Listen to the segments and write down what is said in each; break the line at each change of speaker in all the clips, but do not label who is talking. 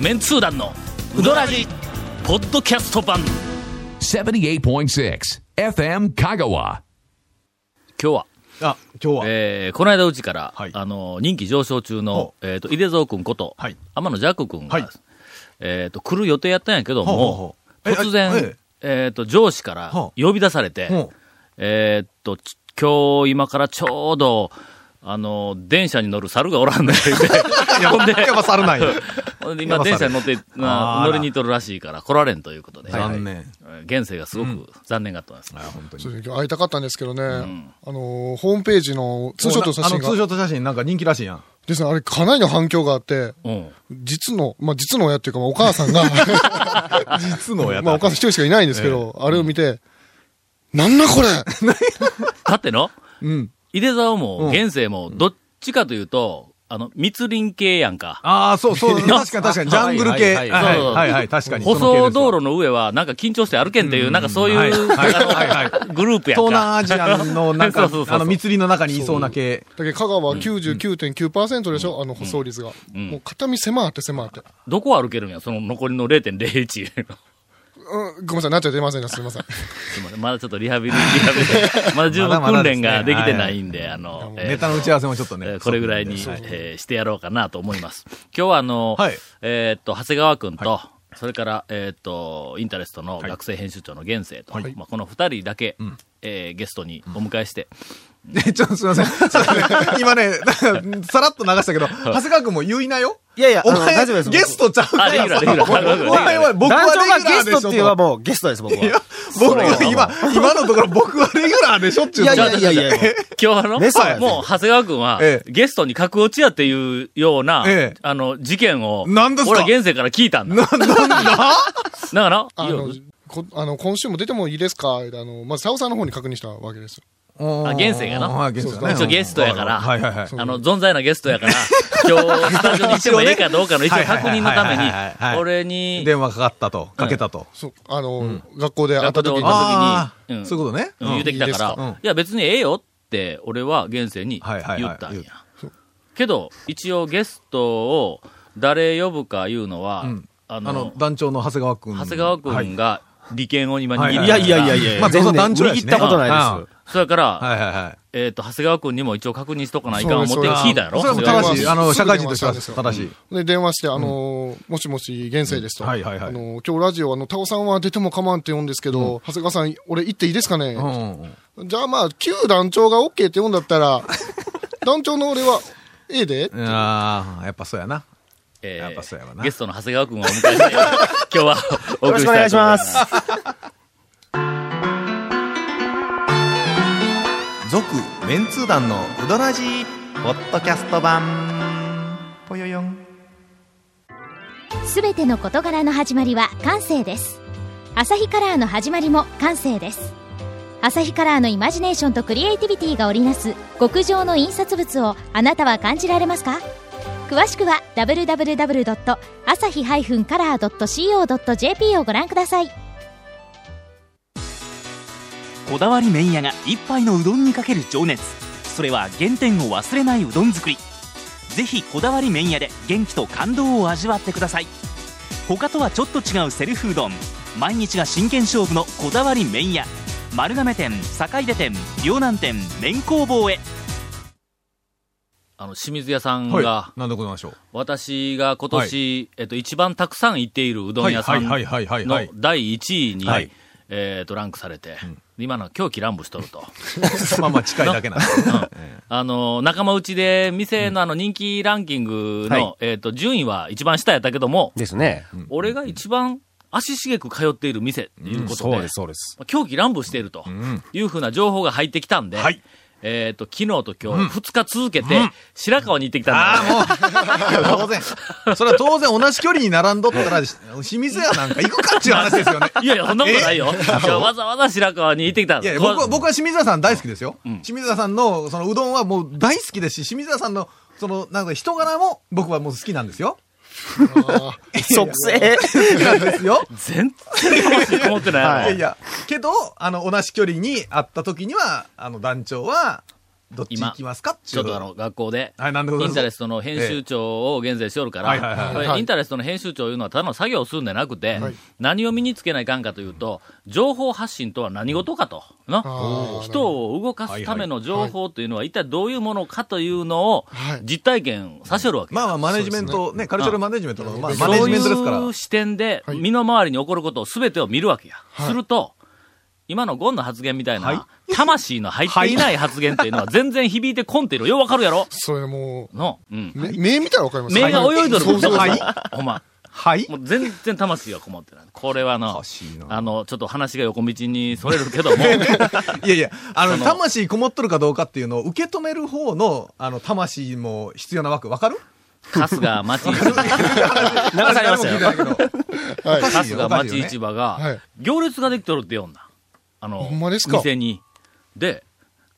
メンツー団のウドラジポッドキャスト版今
78.6 FM Kagawa.
日は、
あ、今日は。
えーこの間うちから、
はい
あの人気上昇中の
ほ、
えー、と井出蔵君こと、
はい
天野ジャック君が、
はい
えー、と来る予定やったんやけども
ほうほうほうえ
突然、え
え
ーと上司から
ほう
呼び出されて、
ほう
えーっと、ち今日今からちょうど、あの、電車に乗る猿がおらんねんって言って
や
ほんで
やばさる ない。
ほんで今
やば
電車
され
に乗って、な
あー
乗りに行っとるらしいから来られんということで、
残念。
えー現世がすごく残念がったんです。
そうですね会いたかったんですけどね、あのーホームページのツーショットの写真
あの、ツーシ
が、
ョット写真なんか人気らしいやん。
ですね、あれ、かなりの反響があって、
うん。
実の、まあ、実の親っていうか、まあ、お母 さんが、
実のや
まあ、お母さん一人しかいないんですけど、あれを見て、なんだ これ
だっての、
うん。
井出沢も
ん
現世もどっちかというと、あの、密林系やんか。
ああ、そ うそう。確かに確かに。ジャングル系。
は
はいい
はい
はい
はいはいはい。確かに。
舗
その系
装
です
道路の上はなんか緊張して歩けんっていう、なんかそういう、
はいはいはい
あのグループやん
東
か。
南アジアのな ん
そ
か
うそうそう、そう
あの、密林の中にいそうな系。
だけど香川は99.9%でしょ、あの舗装率が、もう片身狭あって狭あって、
どこ歩けるんや、その残りの0.01。
うん、ごめんなさい、なっちゃってませんね、す みません。
すみませんまだちょっとリハビリ、リハビリ、まだ十分
まだまだ
訓
ですね
練ができてないんで、あの、えー
ネタの打ち合わせもちょっと
え
ね
ー。これぐらいに、えーしてやろうかなと思います。今日はあの、
はい
えーっと、長谷川くんと、それから、えーっと、インタレストの学生編集長の現世と、
はい
まあ、この二人だけ、えーゲストにお迎え して、
ね、 ちょっとすい ません。 そうだね今ね、 さらっと流したけど、長谷川君も言いなよ。
いやいや
お
あの
前
大丈夫です
ゲストちゃう
あレギュラーレギュラー
お前
レギュラー
は僕は
団長が
レギュラ
ゲ
ーで
ス
し
ト
ょ
って言えばもうゲストです、僕は。
いや、僕、今、今のところ僕はレギュラーでしょっちゅう
いやいやいやいやいや。
今日の、
レストラン
もう長谷川くんは、
ええ
ゲストに格落ちやっていうような、
ええ
あの、事件を、
何ですか
俺は現世から聞いたんだ。
な、 なんだ
だから、
あ
いいよ
のこあの今週も出てもいいですかってあの、まず、さおさんの方に確認したわけですよ。
あ
現世がな
あ現世がね
一応ゲストやから
はいはいはい。
あの、存在なゲストや から、今日、スタジオに行ってもええかどうかの一応確認のた
はいはいはいはい
め
はい
に、俺に、
電話かかったと、かけたと。
そうあの、学校で会った
学
時
校で
に
会った時
ああ
うん
そういうことね。
うん言うてきたから、
うん
いや別にええよって俺は現世に
はいはいはい
言ったんや
言。
けど、一応ゲストを誰呼ぶか言うのは、
ん
あ
あの
の、、
団長の長谷川君。
長谷川くん
が。
が利権を今握っ
は
てる
い
か
は
ら
い
いやいやいやいや。
まあ
全然
そんな団長やしね
握ったことないです。
それから、
はいはいはい。
えっ、と、長谷川くんにも一応確認しとかないかん思って
そうです
聞いたやろ
それも
長谷川
正しい。あの、
す
社
ぐ電
会
話
人としては正しい。
で、電話して、あのーもしもし、現世ですと。
うんはいはいはい
あのー今日ラジオ、あの、タオさんは出ても構わんって言うんですけど、長谷川さん、俺行っていいですかね、
うん。
じゃあまあ、旧団長が OK って言うんだっ たら、団長の俺は、ええで
ああ、やっぱそうやな。
えー
やっぱそうやわな
ゲストの長谷川くんをお迎えして、今日はお送
よろ
り
し
し
く
た
お願
い
いし
と思
ま
います
す。
続メンツー団のウドラジーポッドキャスト版ぽよよん
すべての事柄の始まりは感性ですアサヒカラーの始まりも感性ですアサヒカラーのイマジネーションとクリエイティビティが織りなす極上の印刷物をあなたは感じられますか詳しくは www.asahi-color.co.jp をご覧ください
こだわり麺屋が一杯のうどんにかける情熱それは原点を忘れないうどん作りぜひこだわり麺屋で元気と感動を味わってください他とはちょっと違うセルフうどん毎日が真剣勝負のこだわり麺屋丸亀店坂出店両南店麺工房へ
あの、清水屋さんが、
はい。なんでございましょう。
私が今年、えっと、一番たくさん行っているうどん屋さん
はいはいはいはい
の
はい
第1位に
はい、
えっと、ランクされて、今のは狂気乱舞しとると。
まあまあ近いだけなんで。
あの、仲間内で店のあの人気ランキング
は
の
い、
えっと、順位は一番下やったけども、
ですね。
俺が一番足しげく通っている店っていうことで、
そうです。
まあ狂気乱舞しているというふうな情報が入ってきたんで、
はい
えっ、と、昨日と今日、2日続けて、白川に行ってきたんだから、
当然。それは当然同じ距離に並んどったら、清水屋なんか行くかっていう話ですよね。
いやいや、そんなことない よ。いやわざわざ白川に行ってきたん
いやいや
こ
僕は、僕は清水屋さん大好きですよ。清水屋さんの、そのうどんはもう大好きですし、清水屋さんの、その、なんか人柄も僕はもう好きなんです よ。好
即性。
きなんですよ。
全然魂こもってない
いや
や
いや、けど、あの、同じ距離に会った時には、あの、団長は、どっち行きますかって
ち
い
ょ
う
っとあの、学校で、
はい、なんでござ
イン
いま
タ
す
レストの編集長を現在しおるか
はいはいはいは
ら、
い
これインタレストの編集長いうのはただの作業をするんじゃなくて、何を身につけないかんかというと、情報発信とは何事かと、な
あー
人を動かすための情報というのは一体どういうものかというのを
はい
実体験させるわけ。
まあまあ、マネジメント、ねカルチャルマネジメントの、まあ、マ
そ
ネ
う
ジメントですから。
いう視点で、
い
身の回りに起こることを全てを見るわけや。すると、今のゴンの発言みたいな、魂の入っていない発言っていうのは全然響いてこんっている。ようわかるやろ
それも
の。うん
う、。め目見たらわかります
目が泳いどる
そうそうそう
はいほんま。
はい
もう全然魂がこもってない。これはな
おか、しいな
あの、ちょっと話が横道にそれるけ ども、
いやいや、あの、
その
魂こもっとるかどうかっていうのを受け止める方の、あの、魂も必要な枠、わかる
春日町市
流されました
誰も聞
よ。
いてないけど
はい
おかし
春
いよ
日
おか
町
しいよね
市場
は
が
い、
行列ができとるってよんだ。あの、
ほんまですか
店に。で、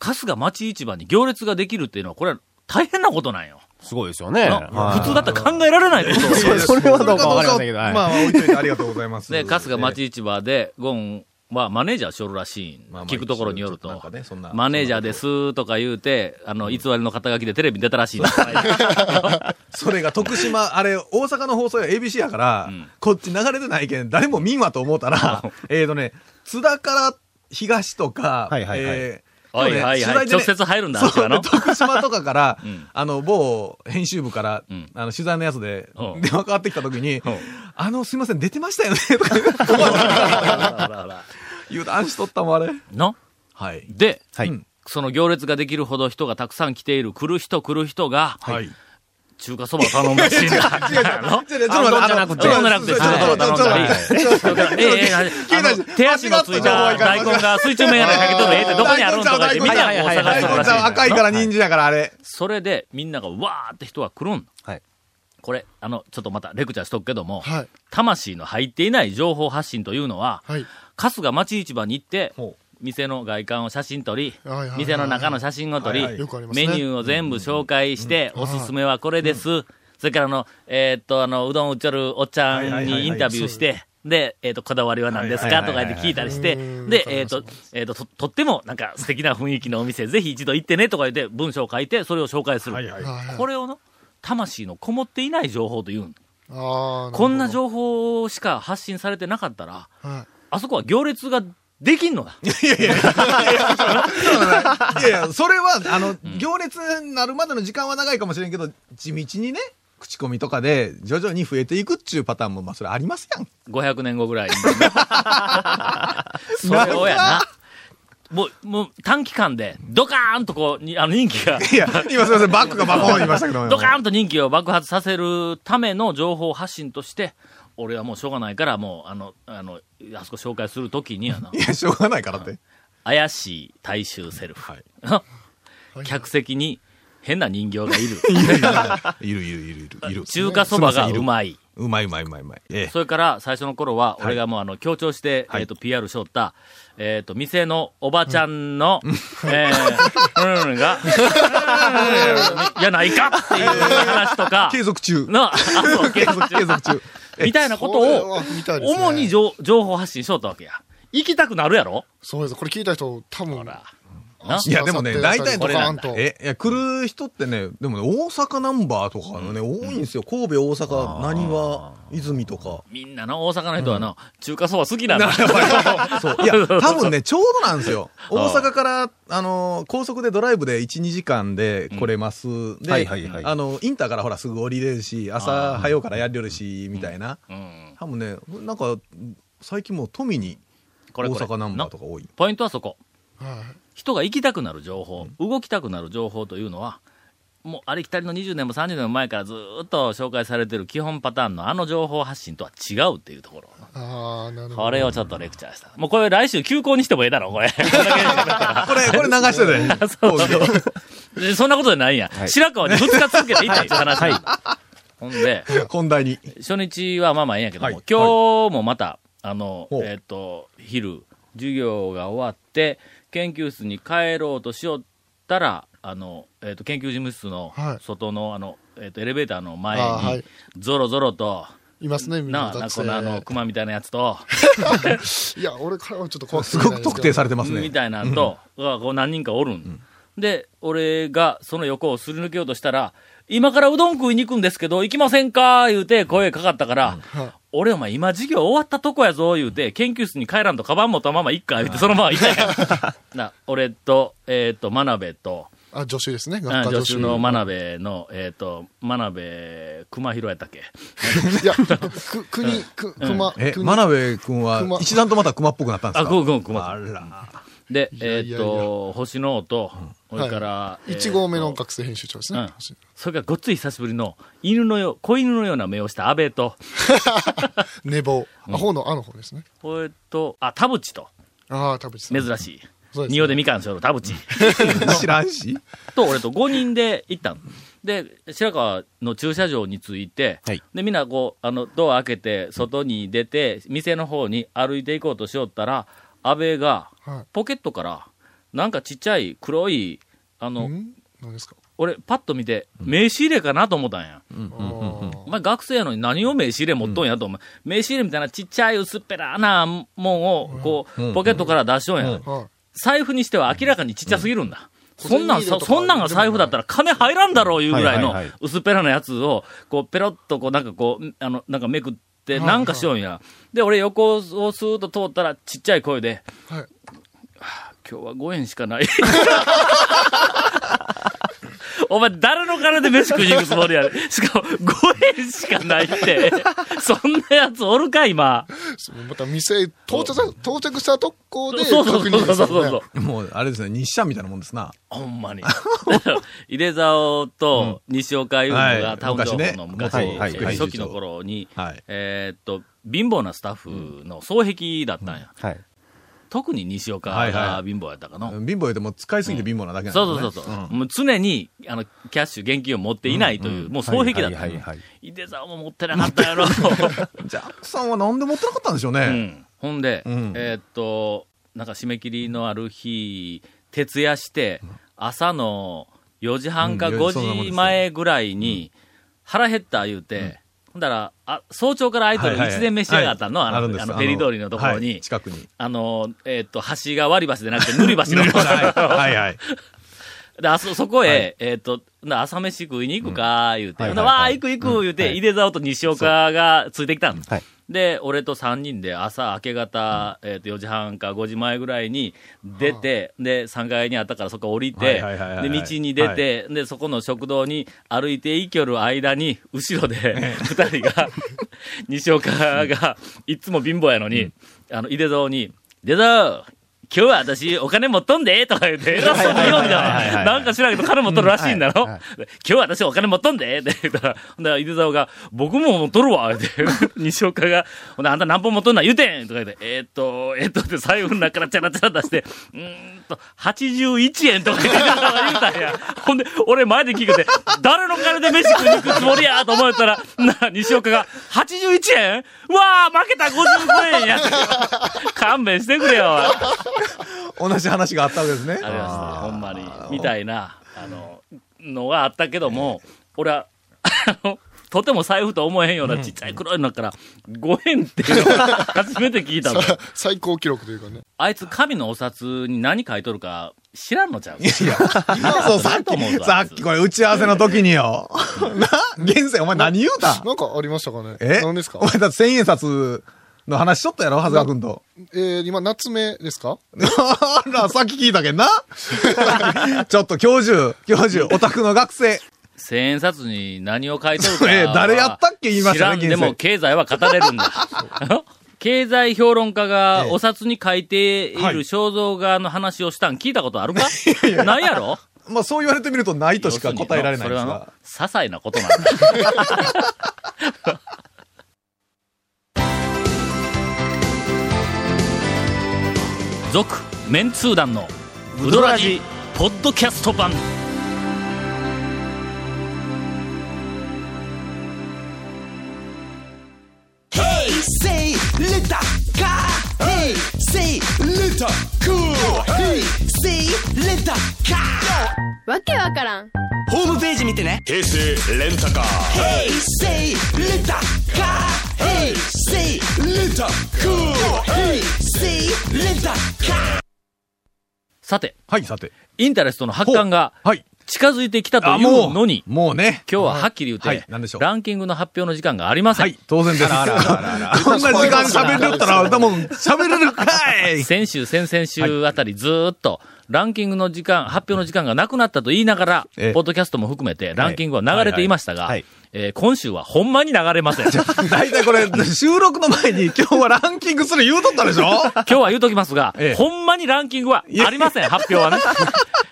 春日町市場に行列ができるっていうのは、これは大変なことなんよ。
すごいですよね。
な
はい
普通だったら考えられないことを。
それそれはどうかわかりませんけど。
ま
は
あ
い
まあ、置いといてありがとうございます。
で、春日町市場で、ゴンはマネージャーしょるらしいん
まあまあ
聞くところによると
なんかねそんな、
マネージャーですとか言うて、あの、偽りの肩書きでテレビに出たらしいんです
それが徳島、あれ、大阪の放送や ABC やから、こっち流れてないけん、誰も見んわと思ったら、えーとね、津田から東とか、
はいはいはい
えー
おいはいはい
今日ね取材でね
直接入るんだあっちはの
そう徳島とかから、
ん
あの、某編集部から、
ん
あの、取材のやつで、
うん
電話かかってきた時に
ん、
あの、すいません、出てましたよね、とか思わず言うと、安しとったもん、あれ。
の
はい。
で、
はい
うん
その行列ができるほど人がたくさん来ている、来る人来る人が、
はい。
中華そば頼むらしいんだ。の
ちょっと待って、あの
頼んでなくて、
ちょ
中華そ
っとちょっ
ば
と
頼
待
ん
っ
だ
て
り。それからええええあの手足のついた大根が水中眼鏡かけとるええってどこにあるんとかってみんなこう探
大
しとる
根
らし
ち
いん
ゃん
だ。
赤いから人参やから、あれ。
それでみんながわーって人が来るん。
はい
これ、あの、ちょっとまたレクチャーしとくけども、
はい
魂の入っていない情報発信というのは、
はい
春日町市場に行って
ほ、
店の外観を写真撮り
はいはいはいは、い
店の中の写真を撮り、
はいはい
よくあります
メ
ね
ニューを全部紹介して、おすすめはこれです。それからあの、えーっと、あの、うどん売っちょるおっちゃ
はいは
ん
いはいは
に
い
インタビューして、で、えーっと、こだわりは何ですか
はい
と
は
か
いはいは
言っ
い
て聞いたりして、
うん
で、えーっと、えーっと、と、とってもなんか素敵な雰囲気のお店、ぜひ一度行ってねとか言って文章を書いて、それを紹介する。
はいはい
はい
これをの、魂のこもっていない情報というん。
あーるほど
こんな情報しか発信されてなかったら、
はい
あそこは行列ができんの だ。
いやいや、それは、あの、行列になるまでの時間は長いかもしれんけど、地道にね、口コミとかで徐々に増えていくっちゅうパターンも、まあ、それあります やん。
500年後ぐら いに。それをやな。もう、もう短期間で、ドカーンとこう、にあの人気 が、
いや、今すいません、バックがバコーン言いましたけども、
ドカーンと人気を爆発させるための情報発信として、俺はもうしょうがないから、もう、あの、あの、あそこ紹介するときにやない
や、しょうがないからって。
怪しい大衆セルフ。 客席に変な人形がいる。
いるいるいるいるいる。
中華そばがう
い。
まい。
うまいうまいうまいうまい。ええ。
それから最初の頃は、俺がもうあの強調して、えっと PR しょった、えっと店のおばちゃんの、 えー、うんが、うんやないかっていう話と か、
継続中。
な、あそう継続
継続中。
みたいなこと
それは
を、
見たいですね
主に情情報発信しよったわけや。行きたくなるやろ
そうですこれ聞いた人多分
ない
や、でもね、大体
と
これ
か
なんんだ
と
え、いや、来る人ってね、でもね、大阪ナンバーとかのね、多いんですよ。神戸、大阪、なにわ、泉とか。
みんなの大阪の人はな、中華そば好きなんだ。
そう。いや、多分ね、ちょうどなんです よ。大阪から、あの、高速でドライブで1、2時間で来れます。で、
はいはいはい
あの、インターからほらすぐ降りれるし、朝早うからやりよるし、みたいな。
うん
多分ね、なんか、最近もう富に
こ
大
れこれ
阪ナンバーとか多い。
ポイントはそこ。
はい
人が行きたくなる情報、動きたくなる情報というのは、もうありきたりの20年も30年も前からずーっと紹介されてる基本パターンのあの情報発信とは違うっていうところ。
ああなるほど
これをちょっとレクチャーした。もうこれ来週休校にしてもええだろ、こ れ。
これ、これ流してたよね。
そうでそんなことじゃないんや。白川に2日続けていったっていう話。ほんで、
本題に。
初日はまあまあええんやけども、
はい
今日もまた、あの、
ほう
えっ、と、昼、授業が終わって、研究室に帰ろうとしよったら、あの、えっ、と、研究事務室の
はい
外の、あの、えっ、と、エレベーターの前
あーは
に
い、
ゾロゾロと、
いますねみん
な
な
あ、
だ
な
っ
このあの、
て
熊みたいなやつと、
いや俺からはちょっと怖くて
すごく特定されてます
み
ね。
たいなんと、がこう何人かおるん。で、俺がその横をすり抜けようとしたら、今からうどん食いに行くんですけど、行きませんか言うて声かかったから、俺お前今授業終わったとこやぞ言うて、研究室に帰らんとカバン持ったまま行っか言うて、そのまま行ったんやな、俺と、えっ、と、真鍋と、
あ、助手ですね。
あ
学科
助手
助手。
の真鍋の、えっ、と、真鍋熊広やったっけ
いや、く、国、く、熊、
え、
国
真鍋君は
熊、
一段とまた熊っぽくなったんです
あ、
か
ごごご
あ ら。
で、
や
え
い
ーっ
や
と、星野と、それから、えーっと
1号目の学生編集長です
う
ね
ん。それからごっつい久しぶりの、犬のよう、子犬のような目をした安倍と、
寝坊。アホのあの方ですね。
これと、あ、田淵と、
ああ、田淵さん。
珍しい。
そうですね
仁王でみかんしょる田淵。
知らんし。
と、俺と5人で行ったの。で、白川の駐車場に着いて、
はい
で、みんなこう、あの、ドア開けて、外に出て、店の方に歩いていこうとしよったら、安倍が
はい、
ポケットから、なんかちっちゃい黒い、あの、
ん何ですか
俺、パッと見て、名刺入れかなと思ったんや。お
あ
前学生やのに何を名刺入れ持っとんやと、お前名刺入れみたいなちっちゃい薄っぺらなもんを、こう、ポケットから出しようんや
あ。はい。
財布にしては明らかにちっちゃすぎるんだ。
うん
そんなん、
小銭入れ
そ
とか
そんなんが財布だったら金入らんだろういうぐらいの
はいはいはい
薄っぺらなやつを、こう、ペロッとこう、なんかこう、あの、なんかめくって、なんかしようんや。で、俺横をスーッと通ったらちっちゃい声で、
はい。
今日は5円しかない。 お前、誰の金で飯食いに行くつもりやねんしかも、5円しかないって。そんなやつおるか、今。
そのまた店、到着さ、到着したとこで、
そうそう
確
そう
認
そ
で
う
す
そう
よ
そ
ね
う。。
もう、あれですね、日社みたいなもんですな。
ほんまに。 井出沢と西岡優吾
は
が
い
タウン情報の昔、
昔
ねはいはい
初期の頃に、
はい
えーっと、貧乏なスタッフの双璧だったんや。
はい。
特に西岡
はいは
が
い
貧乏やったかな。
貧乏言うても使いすぎて貧乏なだけなんですね
そうそうそうそう、
ん
もう常にあのキャッシュ、現金を持っていないという、もう双璧だった、
はいはいはいはい
井出沢も持ってなかったや ろ、
ジャックさんはなんで持ってなかったんでしょうね。
うん、ほんで、
うん
えーっと、なんか締め切りのある日、徹夜して、朝の4時半か
うんそんなもん
5
です
時
よ
前ぐらいに、腹減った言うて、ほんだらあ、早朝からアイドル
はいはい
一で召し上がったの、
はい
あ
るん
の
です
あのペリー通りのところに、
はい近 くに。
あの、えーっと、橋が割り橋でなくて、塗り橋のところ
はいはい。
で、あそ、そこへ、えっ、と、な朝飯食いに行くか、言うて。
はいはいは
な
い
わあ、行く行く、言うて、
うんはい
井出沢と西岡がついてきたん、
はい
で、俺と3人で朝明け方、えっ、と、4時半か5時前ぐらいに出て、で、3階にあったからそこ降りて、
はいはいはいはい
で、道に出て、で、そこの食堂に歩いて行きょる間に、後ろで、2人が、西岡が、いつも貧乏やのに、あの、井出沢に、出沢今日は私、お金持っとんでとか言って、偉そうに言おうみたい
はいはいはいは
な。
い
なんか知らんけど、金持っとるらしいんだろ、
はいはい
今日は私、お金持っとんでって言ったら、ほんで、井出沢が、僕も持っとるわって、西岡が、ほんで、あんた何本持っとんなん言うてんとか言って、えーっと、えーっとって、財布の中からチャラチャラ出して、うーんと、81円とか言って言うたんや。ほんで、俺前で聞くて、誰の金で飯食いに行くつもりやと思ったら、な、西岡が、81円うわー負けた55円やって。勘弁してくれよ。
同じ話があったわけですね。
ありますね、ほんまに。みたいな、あの、のがあったけども、俺は、あの、とても財布とは思えへんようなちっちゃい黒いのから、5円っていう のを初めて聞いたの。
最高記録というかね。
あいつ、神のお札に何書いとるか知らんのちゃう
いや、 そう、さっ
と思う
き、
ぞ
さっきこれ打ち合わせの時によ。 な、現世、お前何言うた
なんかありましたかね
え
何ですか
お前だって千円札の話しとったやろ長谷川君と。
えー、今、夏目ですか
あら、さっき聞いたけんな。 ちょっと教授、教授、オタクの学生。
千円札に何を書いとるかは。
ええ誰やったっけ言いましたね
知らん。でも
現
経済は語れるんだ。 経済評論家がお札に書いてい
は
る
い
肖像画の話をしたん聞いたことあるかないやろ
まあそう言われてみるとないとしか答えられない
要
です
するに
が。
それはな些細なこと なんだ。続、メンツー団のウドラジポッドキャスト版。
Say little car. Hey, say little cool. Hey, say little car.
わけわからん
ホームページ見てね。平成レンタカー。Hey, say little car. Hey, say little cool. Hey, say little car.
さて、
はい、さて。
インタレストの発刊が
ほうはい
近づいてきたと
あ、
い
も
う
う、
のに、
もうね。
今日ははっきり言って、
はい何でしょう
ランキングの発表の時間がありません。
はい、当然です。こんな時間喋るったら、歌もん喋れるかい
先週、先々週あたりずーっと、ランキングの時間、発表の時間がなくなったと言いながら、
ええ
ポッドキャストも含めてランキングは流れていましたが、
はい
えー今週はほんまに流れま せん。今
大体これ、収録の前に今日はランキングする言うとったでしょ
日は言うときますが、
ええ
ほんまにランキングはありません、発表はね。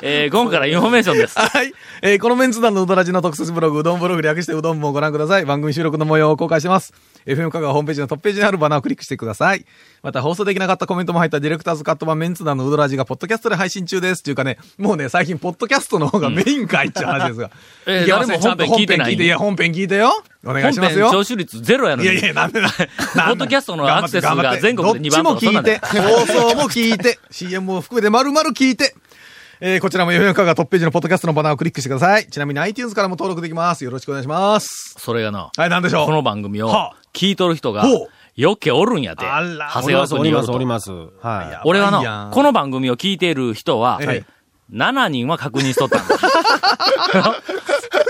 えー、今からインフォメーションです。。
はい。えーこのメンツ団のうどらじの特設ブログ、うどんブログ略してうどんもご覧ください。番組収録の模様を公開してます。FM 香川ホームページのトップページにあるバナーをクリックしてください。また放送できなかったコメントも入ったディレクターズカット版メンツ団のうどらじがポッドキャストで配信中です。というかね、もうね、最近ポッドキャストの方がメインかいっちゃう話ですが
えー
いや
誰も本編聞いてない
ちゃんと本編聞いて、いや、本編聞いてよ。 お願
本
いしま
編
すよ。
聴取率ゼロやの
い
に。
やいや、なんでなんで
ポッドキャストのアクセスが全国で2番
ど
とか
っちも聞いて、放送も聞い て、CM も含めて丸々聞いて、えーこちらもよよかがトップページのポッドキャストのバナーをクリックしてください。ちなみに iTunes からも登録できます。よろしくお願いします。
それがな、
はい、なんでしょう
この番組を
はあ
聞いとる人が
ほう、
よっけおるんやて。
あら
長
おり
谷
ま
川
す、
君
お
に
り
よる
ます、
と
おります。は
俺は
やばいや
の
ん、
この番組を聞いている人は、
ええ
7人は確認しとったんだ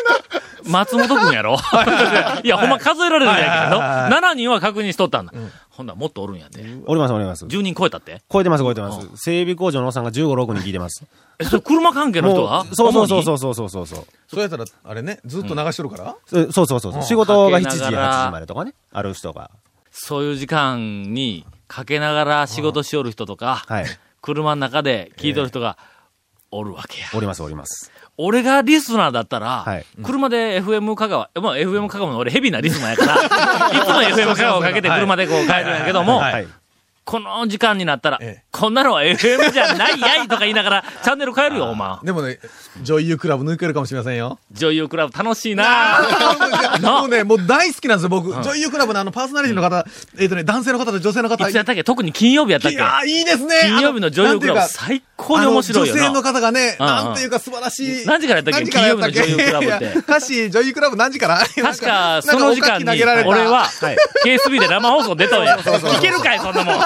松本君やろ いや、ほんま数えられるんやけど、7人は確認しとったんだ。ほんならもっとおるんやて。
い。おります、おります。
10人超えたって
超えてます、超えてます。整備工場のおっさんが15、6人聞いてます。
え、それ車関係の人
も
が
う、そうそうそう
う。
そうそうそうそう。
そうやったら、あれね、ずっと流しとるから、
そうそうそうそう。仕事が7時、
かけな
8時
がら
までとかね。ある人が。
そういう時間にかけながら仕事しおる人とか、
はい。
車の中で聞いとる人がおるわけや。
おります、おります。
俺がリスナーだったら、
はい
車で FM 香川、まあ FM 香川の俺ヘビーなリスナーやから、 いつも FM 香川をかけて車でこう帰るんやけども、
はい。
この時間になったら、
ええ
こんなのは FM じゃないやいとか言いながら、チャンネル変えるよ、お前。
でもね、女優クラブ抜けるかもしれませんよ。
女優クラブ楽しい な
もうね、もう大好きなんですよ、僕。女優クラブのあのパーソナリティの方、えっ、とね、男性の方と女性の方。
いつやったっけ特に金曜日やったっ
い
け
やーいいですね
金曜日の女優クラブ
あのなんていうか
最高に面白いよな
あの女性の方がね、
うんうん
なんていうか素晴らしい。
何時からやったっけ
何時からやったっけ
金曜日の女優ク ラブって
いや歌詞、女優クラブ何時から
確か、その時間に、
なんかおかき投げられた
俺は、KSB で生放送出たんや。いけるかい、そんな もん。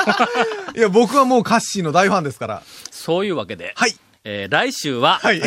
いや、僕はもう歌詞の大ファンですから。
そういうわけで、
はい。
えー来週は、
はい。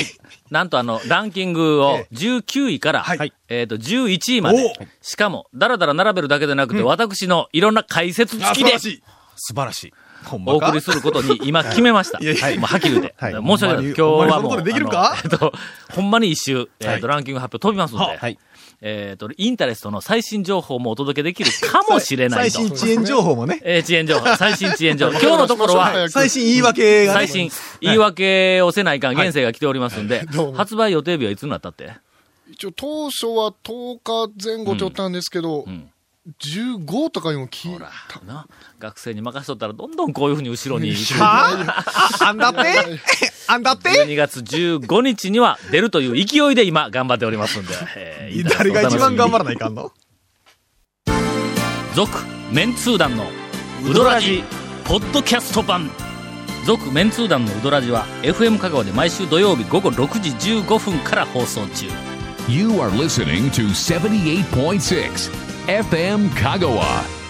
なんとあの、ランキングを
え
19位から、
はい
えっ、と、11位まで
おう、
しかも、だらだら並べるだけでなくて、私のいろんな解説付
あ素
き
晴
で
ら、しい。
素晴らしい。
ほん
お
まか
送りすることに今決めました。
いやいや
はい、もうはっきり言って。
はい
申し訳ないです。今
ほん
日
ま
は
に
もう、
ほんまにそんなことできるか
あのえっと、ほんまに一周、えっ、と、ランキング発表飛びますので、
はい。
えっ、と、インタレストの最新情報もお届けできるかもしれない
最
と。
新遅延情報もね。
えー遅延情報、最新遅延情報。今日のところは、
最新言い訳がね、
最新、言い訳をせないかん、現世が来ておりますんで、
どうも
発売予定日はいつになったって
一応当初は10日前後っておったんですけど、
ん
15とかにも聞いた。
な学生に任しとったら、どんどんこういうふうに後ろに行く。
はあああんだって あんだって
12月15日には出るという勢いで今頑張っており ますんで。えー
誰が一番頑張ら
る
ないかんの
続、メンツー団のウドラジ、ポッドキャスト版。続、メンツー団のウドラジは、FM 香川で毎週土曜日午後6時15分から放送中。
You are listening to 78.6 FM Kagawa.